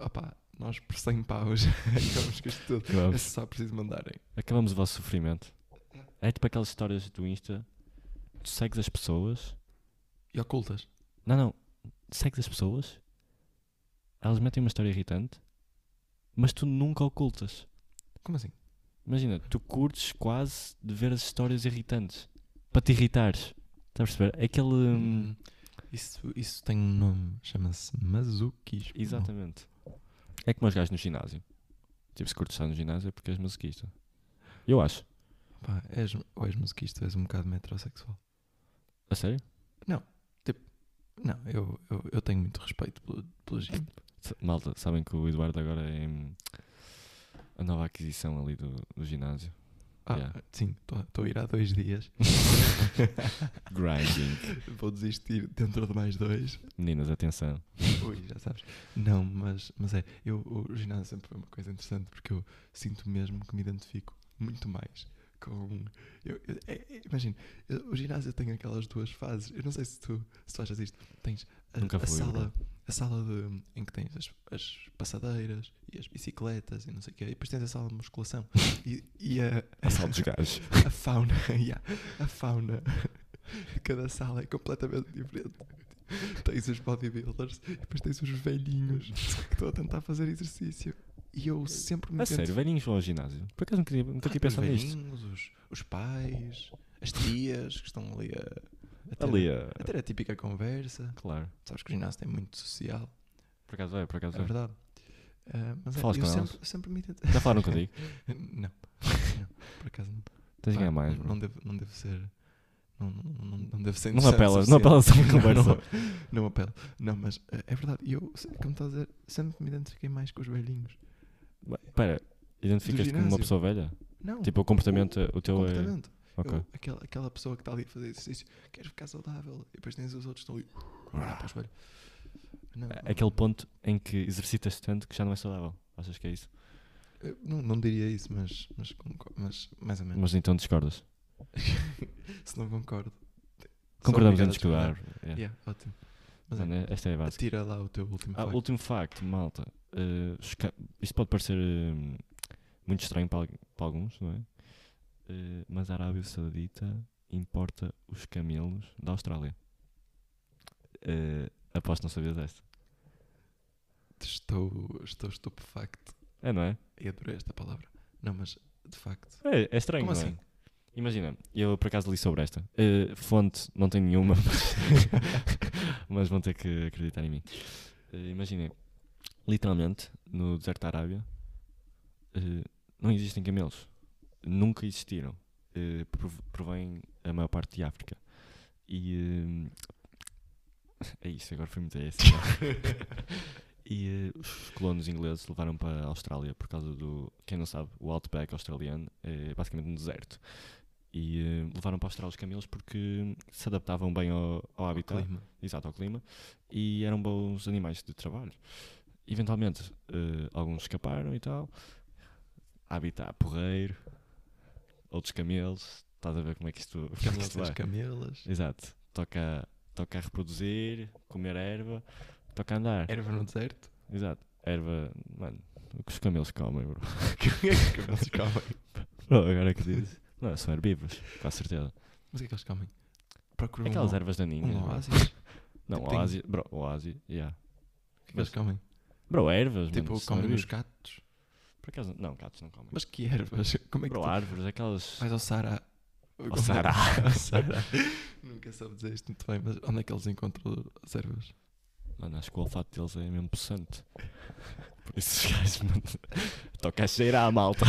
opá, nós por 100 paus acabamos com isto tudo. É Acabamos, só preciso mandarem. acabamos o vosso sofrimento. É tipo aquelas histórias do Insta. Tu segues as pessoas. E ocultas. Não, não. Segues as pessoas. Elas metem uma história irritante. Mas tu nunca ocultas. Como assim? Imagina, tu curtes quase de ver as histórias irritantes para te irritares. Estás a perceber? Aquele. hum, Hum, isso, isso tem um nome, chama-se masoquismo. exatamente. É como os gajos no ginásio. Tipo, se curtes estar no ginásio é porque és masoquista. Eu acho. Pá, és, ou és masoquista ou és um bocado metrosexual. A sério? Não, eu, eu, eu tenho muito respeito pelo, pelo gym. S- Malta, sabem que o Eduardo agora é hum, a nova aquisição ali do, do ginásio. Ah, Yeah. sim, estou a ir há dois dias. Grinding. Vou desistir dentro de mais dois. Meninas, atenção. Ui, já sabes. Não, mas, mas é, eu, o ginásio sempre foi uma coisa interessante porque eu sinto mesmo que me identifico muito mais com. um, Eu, eu- é- é- imagina, eu- o ginásio tem aquelas duas fases. Eu não sei se tu, se tu achas isto. Tens a, Nunca a fui, sala, a sala de- em que tens as, as passadeiras e as bicicletas e não sei o quê. E depois tens a sala de musculação e, e a, Assalto dos gajos. a fauna, yeah, a fauna de cada sala é completamente diferente. Tens os bodybuilders e depois tens os velhinhos que estão a tentar fazer exercício. E eu sempre me A sério, velhinhos vão ao ginásio. Por acaso nunca, tinha- nunca tinha Ah, os pensado nisto. velhinhos, os, os pais, as tias que estão ali a, a ter, Ali, a- a ter a típica conversa. claro. Sabes que o ginásio tem muito social, Por acaso é, por acaso é é. verdade. Ah, mas é, Falas eu com elas? sempre, sempre me ident- Já falaram contigo? Não, não, por acaso não. Tens Pá, de ganhar é mais, não, bro. não, deve, não deve ser. Não, não, não- não deve ser Não interessante o apela, não suficiente. apela só uma Não, conversa. Não, não apela. Não, mas eh, é verdade. E eu, se- como estás a dizer, sempre me identifiquei mais com os velhinhos. Espera, identificas-te como uma ginásio? pessoa velha? Não. Tipo, o comportamento, o o teu comportamento. é. Ok. Eu- aquela, aquela pessoa que está ali a fazer exercício, quer ficar saudável. E depois tens os outros que estão ali a olhar para o espelho. Não, Ah. É Aquele ponto em que exercitas tanto que já não é saudável. Achas que é isso? eu Eh, não, não diria isso, mas, mas, concor- mas mais ou menos. Mas então discordas. Se não concordo. sou Concordamos em obrigado a discordar. é. Yeah, ótimo. Mas Mano, é, é- esta é a base. tira lá o teu último Ah, facto. último facto, malta. Eh, choca- isto pode parecer eh, muito estranho para, algu- para alguns, não é? Eh, mas a Arábia Saudita importa os camelos da Austrália. Eh, aposto que não sabias desta. Estou, estou estupefacto. É, não é? E adorei esta palavra. Não, mas de facto. É, é estranho, Como não é? assim? Imagina, eu por acaso li sobre esta. Eh, fonte não tem nenhuma, mas, mas vão ter que acreditar em mim. Eh, Imaginem, literalmente, no deserto da Arábia, eh, não existem camelos. Nunca existiram. Eh, prov- provém a maior parte de África. E. eh, é isso, agora foi muito esse. E eh, os colonos ingleses levaram para a Austrália por causa do. Quem não sabe, o Outback australiano é basicamente um deserto. E eh, levaram para a Austrália os camelos porque se adaptavam bem ao, ao habitat, Clima. exato, ao clima, e eram bons animais de trabalho. Eventualmente, eh, alguns escaparam e tal. Habitat porreiro, outros camelos, estás a ver como é que isto, como é que Camelas isto vai. das camelas. Exato, toca, toca a reproduzir, comer erva, toca a andar. Erva no deserto. Exato. Erva, mano, o que os camelos comem, bro. é camelas comem. Bro, agora é que dizes. Não, são herbívoros, com certeza. Mas o que é que eles comem? Procuram Aquelas é? um, ervas daninhas. um bro. oásis. Não, tipo, tem- oásis, bro, oásis, yeah. O que é que eles comem? Bro, ervas, mano, Tipo, são comem os herbívoros. gatos. Por acaso, não, gatos não comem. Mas que ervas? Como é que bro, tu árvores, aquelas... vais ao Sara? é Ao Sará. Ao Sará. Nunca soube dizer isto muito bem, mas onde é que eles encontram as ervas? Mano, acho que o olfato deles é mesmo possante. Por isso os gajos, mano, toca a cheirar a malta.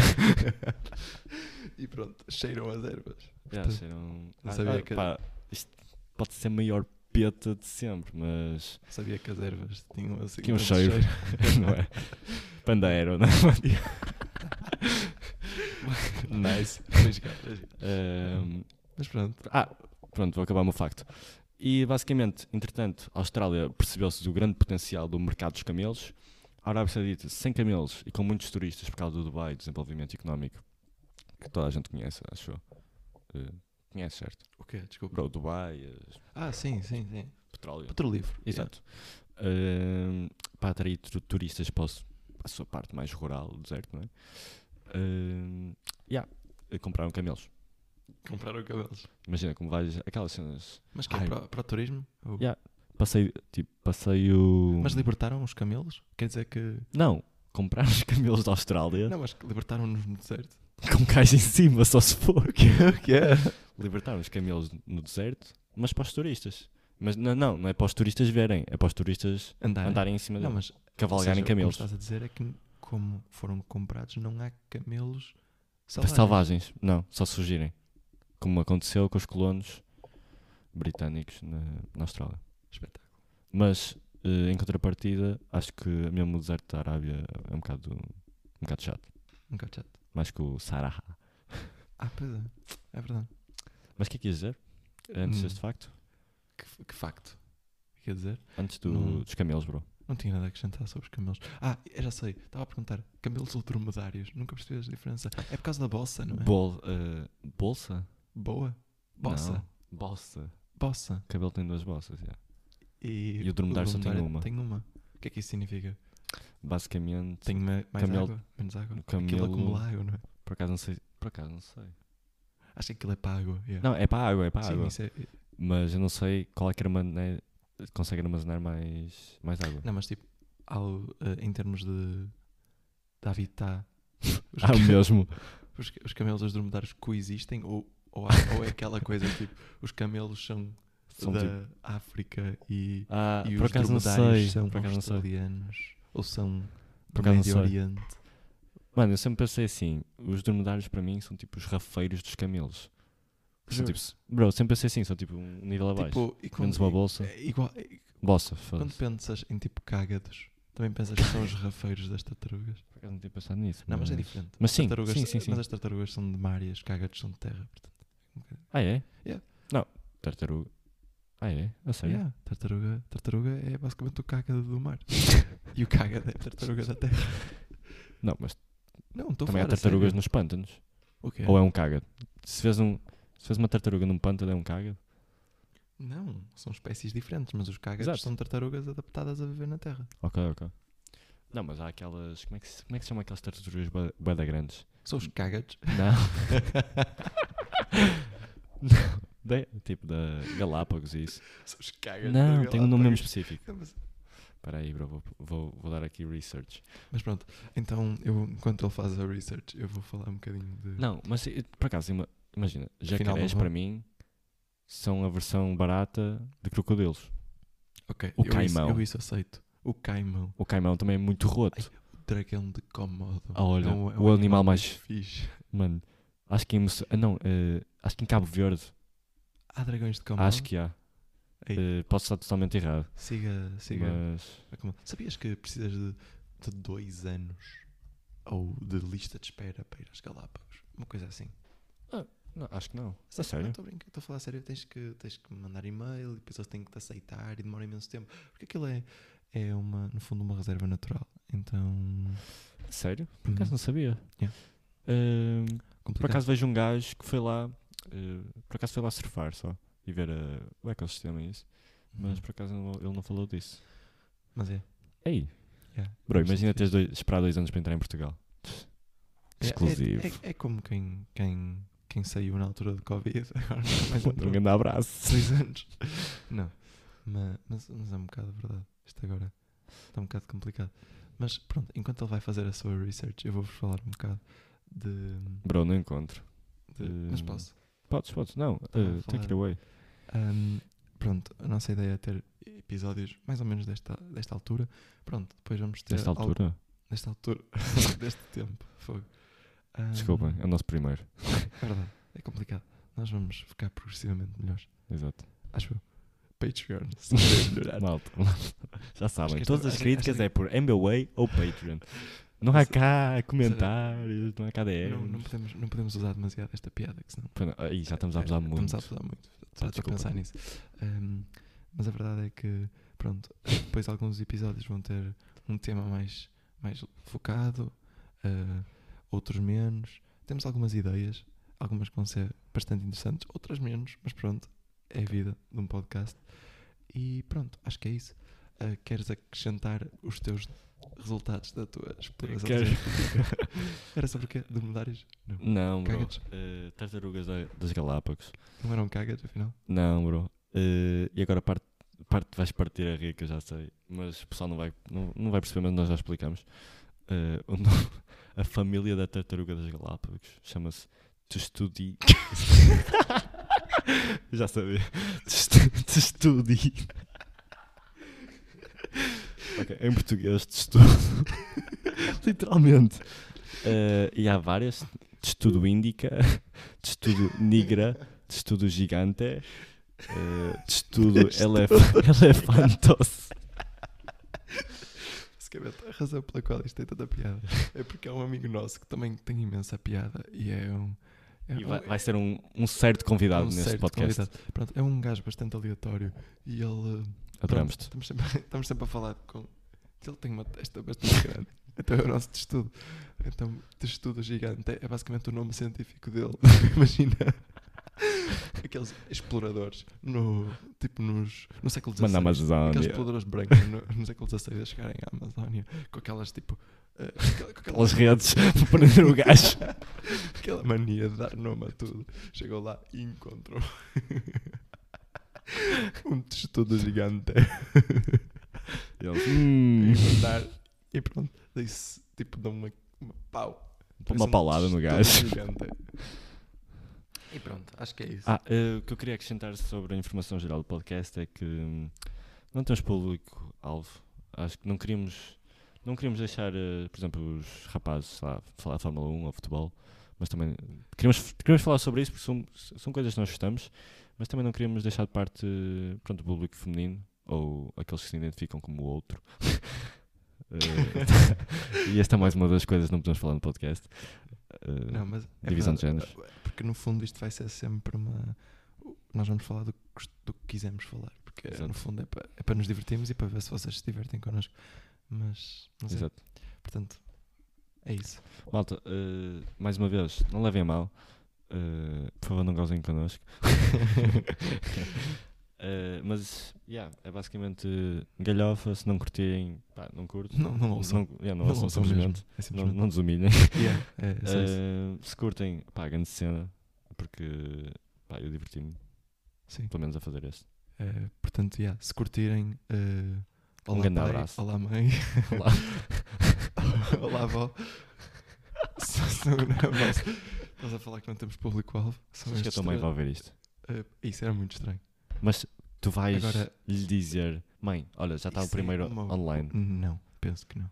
E pronto, cheiram as ervas. Já, Portanto, cheiram... não sabia que- pá, isto pode ser a maior peta de sempre, mas... Sabia que as ervas tinham assim Tinha um cheiro. não é? Pandeiro, não é? nice. Ahm, Mas pronto, ah, pronto, vou acabar o meu facto. E basicamente, entretanto, a Austrália percebeu-se do grande potencial do mercado dos camelos. A Arábia Saudita, sem camelos e com muitos turistas por causa do Dubai, desenvolvimento económico, que toda a gente conhece, acho eu. Eh, conhece, certo? o quê? Desculpa. Bro, Dubai, eh, Ah, sim, sim, sim. petróleo. Outro livro. Exato. Ahm, para atrair tu- turistas para o s- para a sua parte mais rural do deserto, não é? Ahm, yeah, eh, compraram camelos. Yeah. Compraram cabelos. Imagina como vais. Aquelas cenas. Mas que é Ai. para, para o turismo? Ou- Yeah. Passeio. Tipo, passeio. Mas libertaram os camelos? Quer dizer que. Não, compraram os camelos da Austrália Não, mas que libertaram-nos no deserto. com cais em cima, só se for. O que é? Libertaram os camelos no deserto, mas para os turistas. Mas não, não, não é para os turistas verem, é para os turistas Andarem. andarem em cima Não, deles, mas cavalgarem Ou seja, camelos. O que estás a dizer é que, como foram comprados, não há camelos selvagens. Selvagens. Selvagens, não, só surgirem. Como aconteceu com os colonos britânicos na, na Austrália. Espetáculo. Mas, eh, em contrapartida, acho que mesmo o deserto da Arábia é um bocado, um bocado chato. Um bocado chato. Mais que o Saara. Ah, pois é. É verdade. Mas o que é que ias dizer? Antes Hum. deste facto? Que, que facto. Quer dizer, Antes do- Não. dos camelos, bro. não tinha nada a acrescentar sobre os camelos. Ah, eu já sei. Estava a perguntar. Camelos ou dromedários? Nunca percebi a diferença. É por causa da bossa, não é? Bol- eh, bolsa? Boa. Bossa. Não. Bossa. Bossa. O cabelo tem duas bolsas, yeah. E, E o dromedário só tem uma. Tem uma. O que é que isso significa? Basicamente, Tem me- mais Camelo- água? Menos água? o Aquilo camelo- acumula água, não é? por acaso não sei. Por acaso não sei. Acho que aquilo é para água. yeah. Não, é para a água, é para a Sim, água. isso é- Mas eu não sei qual é que armazena- consegue armazenar mais, mais água. Não, mas tipo, ao, eh, em termos de, de habitat, os, Ah, ca- mesmo. os, ca- os camelos e os dromedários coexistem ou, ou, há- ou é aquela coisa tipo, os camelos são, São da tipo- África e, Ah, e por os acaso não dromedários sei. são Por acaso não sei. australianos ou são Por do acaso não Médio sei. Oriente? Mano, eu sempre pensei assim: os dromedários para mim são tipo os rafeiros dos camelos. São Juro. tipo, bro, eu sempre pensei assim: são tipo um nível abaixo. Tipo, e quando, Menos uma bolsa. é igual- é- Bolsa, quando foda-se. pensas em tipo cágados, também pensas que são os rafeiros das tartarugas? Por acaso não tinha pensado nisso. Não, mas é diferente. Mas As sim, tartarugas- é sim, sim, sim. Mas as tartarugas são de mar e as cágados são de terra. Portanto, é um bocado- Ah, é? Yeah. Não, tartaruga. Ah, é? A sério? Yeah, tartaruga, tartaruga é basicamente o cagado do mar. e o cagado é a tartaruga da terra. Não, mas Não, estou a também falar há a tartarugas sério. nos pântanos. O quê? Ou é um cágado? Se fez, um, se fez uma tartaruga num pântano, é um cágado? Não, são espécies diferentes, mas os cagados Exato. são tartarugas adaptadas a viver na terra. Ok, ok. Não, mas há aquelas. Como é que se, como é que se chama aquelas tartarugas boeda grandes? São os cagados. Não. Da- tipo da Galápagos e isso. São os cagados. um Não, tem um nome mesmo específico. Espera aí, bro, vou, vou, vou dar aqui research. Mas pronto, então eu, enquanto ele faz a research, eu vou falar um bocadinho de. Não, mas eh, por acaso, ima- imagina, jacarés não vão. para mim são a versão barata de crocodilos. Ok, O eu isso- caimão. eu isso aceito. O caimão. O caimão também é muito roto. Dragão de Komodo. Ah, olha, um- o um animal mais- Fixe. Mano, acho que em Moça- ah, não, eh, acho que em Cabo Verde, Há dragões de Komodo? acho que há. Ei. Eh, posso estar totalmente errado. Siga, siga. Mas a Komodo. Sabias que precisas de, de dois anos ou de lista de espera para ir às Galápagos? Uma coisa assim. não, acho que não. Sim, A é sério? não, Estou a brincar, estou a falar a sério. Tens que, tens que mandar e-mail e depois eles têm que te aceitar e demora imenso tempo. Porque aquilo é, é uma, no fundo, uma reserva natural. Então. A Sério? Por acaso não sabia. Uhum. Yeah. Eh, por complicado. acaso vejo um gajo que foi lá, eh, por acaso foi lá surfar só e ver eh, o ecossistema e isso. Uhum. Mas por acaso não- ele não falou disso. Mas é. Ei, yeah. Bro, Sim, imagina sim. teres dois, esperar dois anos para entrar em Portugal. É- é- Exclusivo. É, é como quem, quem, quem saiu na altura de Covid. Agora não é mais Um entrou. grande abraço. seis anos. Não. Ma- Mas, mas é um bocado verdade. Isto agora está um bocado complicado. Mas pronto, enquanto ele vai fazer a sua research, eu vou-vos falar um bocado de. Bro, não encontro. de- mas Hum. posso. Podes, podes, não. Estava eh, Tá a take falar. it away. Ahm, pronto, a nossa ideia é ter episódios mais ou menos desta, desta altura. Pronto, depois vamos ter. Desta al- altura. Desta altura. deste tempo. Fogo. Ahm, Desculpem, é o nosso primeiro. É verdade, é complicado. Nós vamos ficar progressivamente melhores. Exato. Acho eu. Patreon. se querem melhorar. Malta. Já sabem, esta- todas as acho que- críticas acho que- é por MBWay ou Patreon. Não há Mas- cá comentários, não há cá DMs. Não, não, podemos, não podemos usar demasiado esta piada, que senão. Pô, não, Aí já estamos a abusar É, muito. Estamos a abusar muito. Pá, Já estou a desculpa. pensar nisso. Ahm, mas a verdade é que, pronto, depois alguns episódios vão ter um tema mais, mais focado, ah, outros menos. Temos algumas ideias, algumas que vão ser bastante interessantes, outras menos, mas pronto, é a vida de um podcast. E pronto, acho que é isso. Ah, queres acrescentar os teus resultados da tua exploração? Quero- Era sobre o quê? Dromedários? Não. Não, bro. Cagas? Eh, tartarugas da- das Galápagos. Não eram cagas, afinal? Não, bro. Eh, e agora parte, parte, vais partir a rica, já sei. Mas o pessoal não vai, não, não vai perceber, mas nós já explicamos. Eh, o nome- a família da tartaruga das Galápagos chama-se Testudi. já sabia. Testu- Testudi. Ok, em português, testudo. Literalmente. Eh, e há várias. Testudo índica, testudo nigra, testudo gigante, eh, testudo elef elefantos. Basicamente, a razão pela qual isto tem tanta piada é porque há um amigo nosso que também tem imensa piada e é um. É E um- vai, vai ser um, um certo convidado um neste certo podcast. convidado. Pronto, é um gajo bastante aleatório e ele. eh, Adoramos-te. pronto, Estamos sempre, estamos sempre a falar com. que Ele tem uma testa bastante grande. Então é o nosso testudo. Então, testudo gigante é, é basicamente o nome científico dele. Imagina. Aqueles exploradores no. Tipo nos. No século Mano, na XVI. Aquelas Amazónia. exploradoras brancas no, no sécuculo XVI a chegarem à Amazónia com aquelas tipo. eh, com Aquelas redes para prender o gajo. aquela mania de dar nome a tudo. Chegou lá e encontrou um testudo gigante Eles, a hum, inventar. E pronto, disse tipo, dá uma, uma pau. dá Parece uma um paulada no testudo gajo. gigante. E pronto, acho que é isso. Ah, eh, o que eu queria acrescentar sobre a informação geral do podcast é que hum, não temos público-alvo. Acho que não queríamos, não queríamos deixar, eh, por exemplo, os rapazes sei lá, falar de Fórmula 1 ou futebol, mas também queríamos, queríamos falar sobre isso porque são, são coisas que nós gostamos, mas também não queríamos deixar de parte eh, pronto, o público feminino ou aqueles que se identificam como o outro. Eh, e esta é mais uma das coisas que não podemos falar no podcast. Eh, Não, mas é divisão de verdade, géneros. Porque no fundo isto vai ser sempre uma. Nós vamos falar do que, gost- do que quisermos falar. Porque Exato. no fundo é para, é para nos divertirmos e para ver se vocês se divertem connosco. Mas não sei. Exato. Portanto, é isso. Malta, eh, mais uma vez, não levem a mal. Eh, por favor, não gozem connosco. Eh, mas, yeah, é basicamente galhofa. Se não curtirem, pá, não curto. Não, não ouçam. Não, yeah, não Não ouçam, ouçam simplesmente. É Não, simplesmente. não nos humilhem. Yeah, é só isso. Eh, se curtem, pá, grande cena. Porque, pá, eu diverti-me, Sim. pelo menos a fazer este. Eh, portanto, yeah, se curtirem, eh, Um grande abraço. Olá, mãe. Olá. Olá, avó. Só são- não, nós- Estás a falar que não temos público-alvo. São Acho que a estes tua mãe três. vai ouvir isto. Eh, Isso era muito estranho. Mas tu vais Agora- lhe dizer, mãe, olha, já está o Isso é primeiro uma- online. Não, penso que não.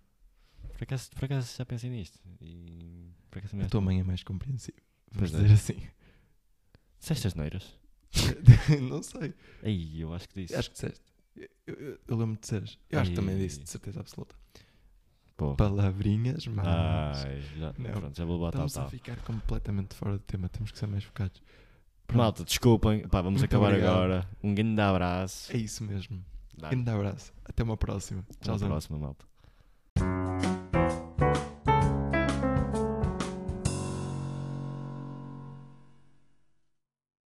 Por acaso, por acaso já pensei nisto. E por acaso também A acho- tua mãe é mais compreensível. Vamos Pois é. dizer assim. Disseste as neiras? não sei. Aí, eu acho que disse. Acho que disseste. Eu, eu- eu lembro de dizeres. Eu acho que também Ei. disse, de certeza absoluta. Pô. Palavrinhas, mas. Ai, já, Não. pronto, já vou botar Estamos tá. a ficar completamente fora do tema. Temos que ser mais focados. Pronto. Malta, desculpem. Pá, vamos Muito acabar obrigado. agora. Um grande abraço. É isso mesmo. Dá. Grande abraço. Até uma próxima. Até a Tchauzão. próxima, malta. Thank